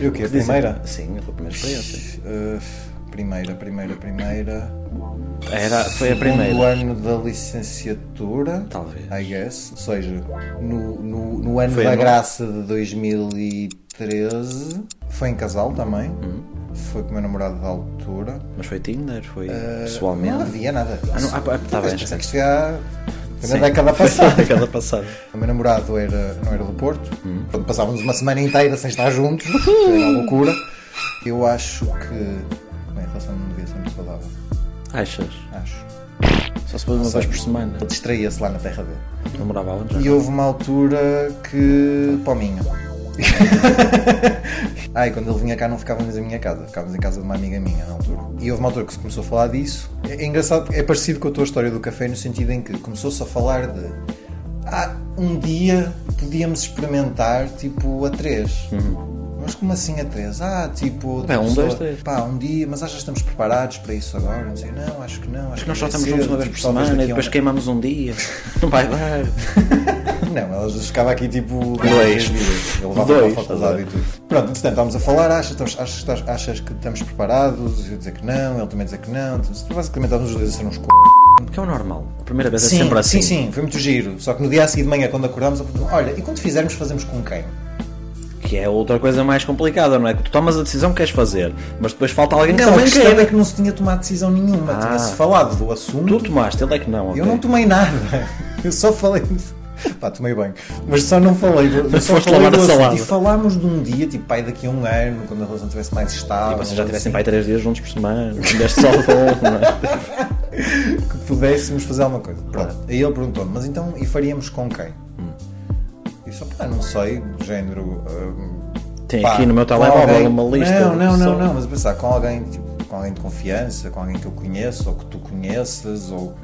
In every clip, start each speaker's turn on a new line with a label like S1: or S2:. S1: E o quê? A
S2: Dizem-
S1: primeira?
S2: Sim, a tua é primeira experiência.
S1: Uh, primeira, primeira, primeira.
S2: Era, foi a
S1: Segundo
S2: primeira.
S1: ano da licenciatura.
S2: Talvez.
S1: I guess. Ou seja, no, no, no ano
S2: Foi
S1: da
S2: a no-
S1: graça de 2013. Foi em casal também.
S2: Uhum.
S1: Foi com o meu namorado da altura.
S2: Mas foi Tinder? Foi
S1: Não
S2: pessoalmente?
S1: havia nada disso.
S2: Ah, não, ah, pá, tá bem,
S1: Pensei
S2: sim.
S1: que isto era foi na
S2: Sim.
S1: década
S2: Foi
S1: passada.
S2: Na década passada.
S1: O meu namorado era, não era do Porto.
S2: Uhum.
S1: Portanto, passávamos uma semana inteira sem estar juntos. que Era uma loucura. Eu acho que. Bem, a relação não devia ser muito saudável.
S2: Achas?
S1: Acho.
S2: Só se pôs uma vez por semana.
S1: Ele distraía-se lá na terra dele.
S2: Não morava onde já?
S1: E houve uma altura que. para o Minho. Ai, quando ele vinha cá não ficávamos em minha casa, ficávamos em casa de uma amiga minha na altura. E houve uma altura que se começou a falar disso. É, é engraçado, porque é parecido com a tua história do café no sentido em que começou-se a falar de ah, um dia podíamos experimentar tipo a três. Mas como assim a três? Ah, tipo. outra
S2: É, Uhum. um,
S1: pessoa,
S2: dois, três.
S1: Pá, um dia, mas achas que estamos preparados para isso agora? Não sei, não, acho que não. Acho que
S2: Nós só
S1: vai
S2: estamos
S1: ser,
S2: juntos uma vez
S1: tipo,
S2: por
S1: talvez
S2: semana
S1: daqui
S2: e
S1: a
S2: depois
S1: um-
S2: queimamos um dia. Não vai dar.
S1: Não, ela já ficava aqui tipo.
S2: Dois.
S1: Ele levava
S2: Dois.
S1: para a faculdade e tudo. Pronto, entretanto, estávamos a falar, achas, estamos- achas, que estás- achas que estamos preparados? Eu dizer que não, ele também dizer que não. Então, Basicamente estávamos os dois a ser uns c.
S2: Porque é o normal. A primeira vez é sempre assim.
S1: sim, sim, foi muito giro. Só que no dia a seguir de manhã, quando acordámos, eu perguntei, olha, e quando fizermos, fazemos com quem?
S2: Que é outra coisa mais complicada, não é? Que tu tomas a decisão que queres fazer, mas depois falta alguém que
S1: Não, a
S2: também
S1: questão
S2: queira.
S1: é que não se tinha tomado decisão nenhuma.
S2: Ah.
S1: Tinha-se falado do
S2: Tu
S1: assunto.
S2: tomaste, ele é que não. ok.
S1: Eu não tomei nada. Eu só falei. Pá, tomei bem. Mas só não falei. do-
S2: Mas
S1: só
S2: foste
S1: falei
S2: lavar
S1: do
S2: a
S1: assunto.
S2: salada.
S1: E falámos de um dia, tipo, pai, daqui a um ano, quando a relação estivesse mais estável.
S2: E vocês já tivessem
S1: assim,
S2: pai três dias juntos por semana, deste só um, não é?
S1: Que pudéssemos fazer alguma coisa. Pronto. Aí ele perguntou-me, mas então, e faríamos com quem?
S2: Hum.
S1: E eu só, pá, não sei, do género. hum,
S2: Tem
S1: pá,
S2: aqui no meu
S1: com
S2: telemóvel
S1: alguém-
S2: uma lista.
S1: Não,
S2: de
S1: não, não,
S2: pessoas.
S1: não, mas a pensar, com alguém, tipo, com alguém de confiança, com alguém que eu conheço, ou que tu conheças, ou.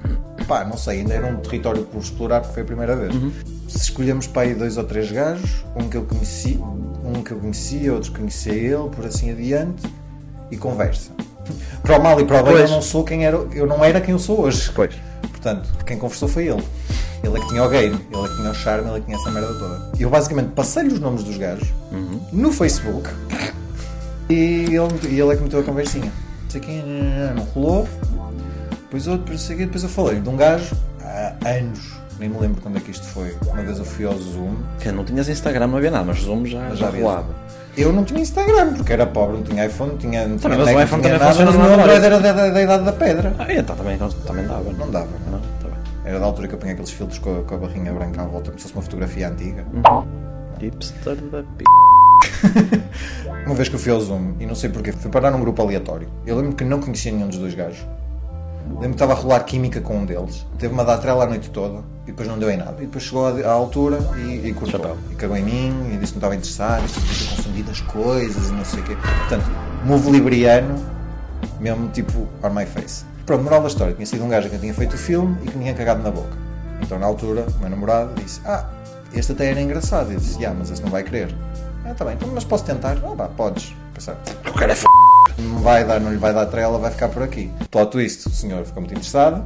S1: pá, não sei, ainda era um território por explorar porque foi a primeira vez.
S2: Uhum.
S1: Se escolhemos para aí dois ou três gajos, um que eu conheci, um que eu conhecia, outro que conhecia ele, por assim adiante, e conversa. Para o mal e para o bem, eu
S2: Pois.
S1: não sou quem era, eu não era quem eu sou hoje.
S2: Pois.
S1: Portanto, quem conversou foi ele. Ele é que tinha o game, ele é que tinha o charme, ele é que tinha essa merda toda. Eu basicamente passei-lhe os nomes dos gajos no Facebook e ele, e ele é que meteu a conversinha. Não sei quem, não rolou. Depois outro, depois não sei quê, depois eu falei de um gajo há anos. Nem me lembro quando é que isto foi. Uma vez eu fui ao Zoom.
S2: Que não tinhas Instagram, não havia nada, mas Zoom já,
S1: mas
S2: já
S1: havia-
S2: rolava.
S1: Eu não tinha Instagram, porque era pobre, não tinha iPhone, não tinha. Não tinha
S2: Também, mas o
S1: Mac,
S2: iPhone
S1: não tinha
S2: também funciona
S1: mas o
S2: numa
S1: meu Android
S2: hora.
S1: era da, da- da idade da pedra.
S2: Ah, então também, também dava,
S1: Não
S2: não?
S1: dava. não.
S2: Não, tá bem.
S1: Era da altura que eu apanhei aqueles filtros com a, com a barrinha branca à volta, como se fosse uma fotografia antiga.
S2: Hipster da p.
S1: Uma vez que eu fui ao Zoom, e não sei porquê, fui parar num grupo aleatório. Eu lembro que não conhecia nenhum dos dois gajos. Lembro que estava a rolar química com um deles. Teve uma datrela a noite toda e depois não deu em nada. E depois chegou à, à altura e, e cortou.
S2: Chapéu.
S1: E cagou em mim e disse que não estava interessado, disse que tinha confundido as coisas e não sei o quê. Portanto, move libriano, mesmo tipo on my face. Pronto, moral da história, tinha sido um gajo que eu tinha feito o filme e que me tinha cagado na boca. Então, na altura, o meu namorado disse: Ah, este até era engraçado. Eu disse: Ah, mas esse não vai querer. Ah, tá bem, então, mas posso tentar? Ah, vá, podes. Pensar,
S2: O cara é f.
S1: não vai dar, não lhe vai dar trela, vai ficar por aqui. Plot twist, o senhor ficou muito interessado.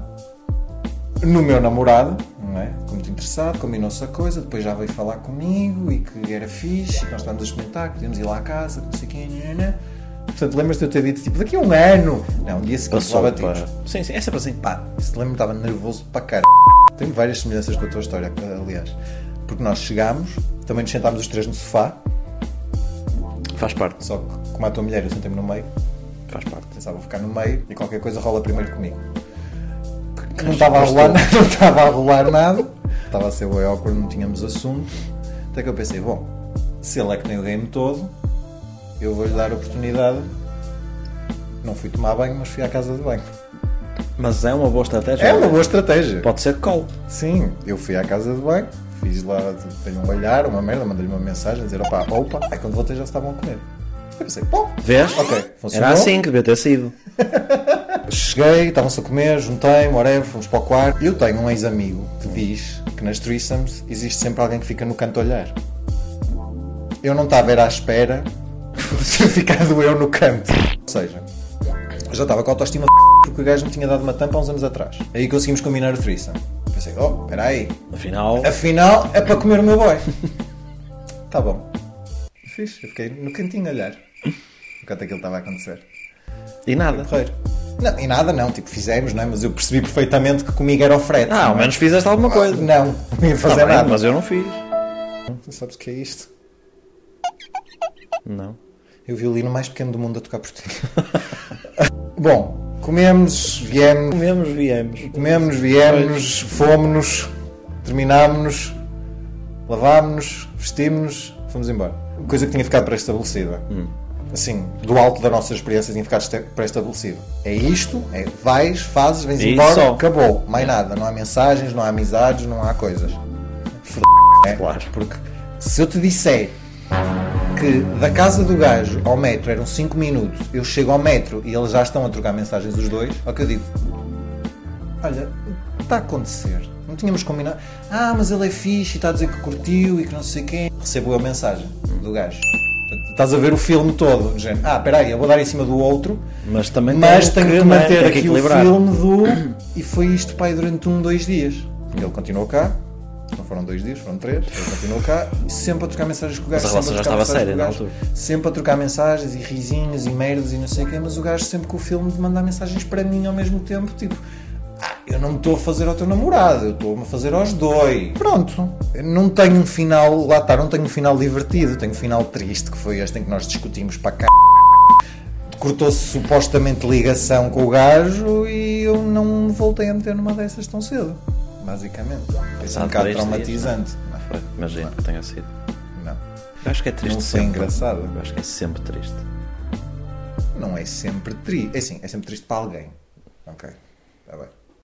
S1: No meu namorado, não é? Ficou muito interessado, combinou-se a coisa, depois já veio falar comigo e que era fixe, e que nós estávamos a experimentar, que podíamos ir lá à casa, que não sei quem, nananã. Portanto, lembras-te de eu ter dito, tipo, daqui a um ano. Não, um dia seguinte lá
S2: Passou
S1: batimos.
S2: para. Sim, sim, é sempre assim.
S1: Pá, se te lembro, estava nervoso para cara. Tenho várias semelhanças com a tua história, aliás. Porque nós chegámos, também nos sentámos os três no sofá,
S2: Faz parte,
S1: só que como a tua mulher, eu sentei-me no meio.
S2: faz parte.
S1: Pensava, vou ficar no meio e qualquer coisa rola primeiro comigo. Não estava a rolar, nada, não estava a rolar nada, estava a ser boi awkward, não tínhamos assunto. Até que eu pensei, bom, se ele é que tem o game todo, eu vou-lhe dar a oportunidade. Não fui tomar banho, mas fui à casa de banho.
S2: Mas é uma boa estratégia.
S1: É uma boa estratégia.
S2: Pode ser call.
S1: Sim, eu fui à casa de banho, fiz lá, tenho um olhar, uma merda, mandei-lhe uma mensagem, dizer opa, opa, aí quando voltei já estavam a comer. Eu pensei, bom,
S2: Vês?
S1: ok, funcionou.
S2: Era assim que devia ter sido.
S1: Cheguei, estavam-se a comer, juntei-me, whatever, fomos para o quarto. Eu tenho um ex-amigo que diz que nas threesomes existe sempre alguém que fica no canto a olhar. Eu não estava era à espera de ter ficado eu no canto. Ou seja, eu já estava com a autoestima porque o gajo me tinha dado uma tampa há uns anos atrás. Aí conseguimos combinar o threesome. Pensei, oh, é espera aí,
S2: Afinal,
S1: afinal é para comer o meu boy. tá bom. Fiz. fixe. Eu fiquei no cantinho a olhar enquanto aquilo estava a acontecer.
S2: E nada.
S1: Correr. Não, e nada não, tipo, fizemos, não é? Mas eu percebi perfeitamente que comigo era o frete.
S2: Ah, ao
S1: não é?
S2: menos fizeste alguma coisa.
S1: Não, não ia
S2: Tá
S1: fazer
S2: bem,
S1: é nada.
S2: Mas eu não fiz.
S1: Tu sabes o que é isto?
S2: Não.
S1: Eu vi o violino mais pequeno do mundo a tocar por ti. Bom, comemos, viemos,
S2: Comemos, viemos.
S1: comemos, viemos, fomos-nos, terminámos-nos, lavámos-nos, vestimos-nos, fomos embora. Coisa que tinha ficado pré-estabelecida.
S2: Hum.
S1: Assim, do alto da nossa experiência tinha ficado este- pré-estabelecido. É isto, é vais, fazes, vens
S2: E
S1: embora,
S2: É só.
S1: acabou. Mais nada, não há mensagens, não há amizades, não há coisas. né?
S2: Claro.
S1: Porque se eu te disser que da casa do gajo ao metro eram 5 minutos, eu chego ao metro e eles já estão a trocar mensagens os dois, é o que eu digo. Olha, está a acontecer. Não tínhamos combinado. Ah, mas ele é fixe e está a dizer que curtiu e que não sei quem. Recebo eu a mensagem do gajo. Portanto, Estás a ver o filme todo, do género. Ah, peraí, eu vou dar em cima do outro,
S2: Mas também
S1: mas
S2: tem
S1: tenho que manter
S2: tem que
S1: aqui o
S2: equilibrar.
S1: filme do. E foi isto, pai, durante um, dois dias. Ele continuou cá, não foram dois dias, foram três. Ele continuou cá, e sempre a trocar mensagens com o gajo.
S2: Mas a relação
S1: sempre
S2: já
S1: trocar mensagens
S2: estava séria
S1: com o
S2: na
S1: gajo, Sempre a trocar mensagens e risinhos e merdas e não sei o quê, mas o gajo sempre com o filme de mandar mensagens para mim ao mesmo tempo, tipo. "Ah, Eu não me estou a fazer ao teu namorado, eu estou-me a fazer aos dois. Pronto. Eu Não tenho um final, lá está, não tenho um final divertido, tenho um final triste, que foi este em que nós discutimos para cá cortou-se supostamente ligação com o gajo e eu não me voltei a meter numa dessas tão cedo. Basicamente. Isso é um
S2: Passado
S1: bocado
S2: três
S1: traumatizante.
S2: Foi, Imagino que tenha sido.
S1: Não,
S2: Eu acho que é triste
S1: Não foi
S2: sempre.
S1: engraçado.
S2: Eu acho que é sempre triste.
S1: assim, não. Não é sempre triste. É sim, é sempre triste para alguém. Ok. Está bem.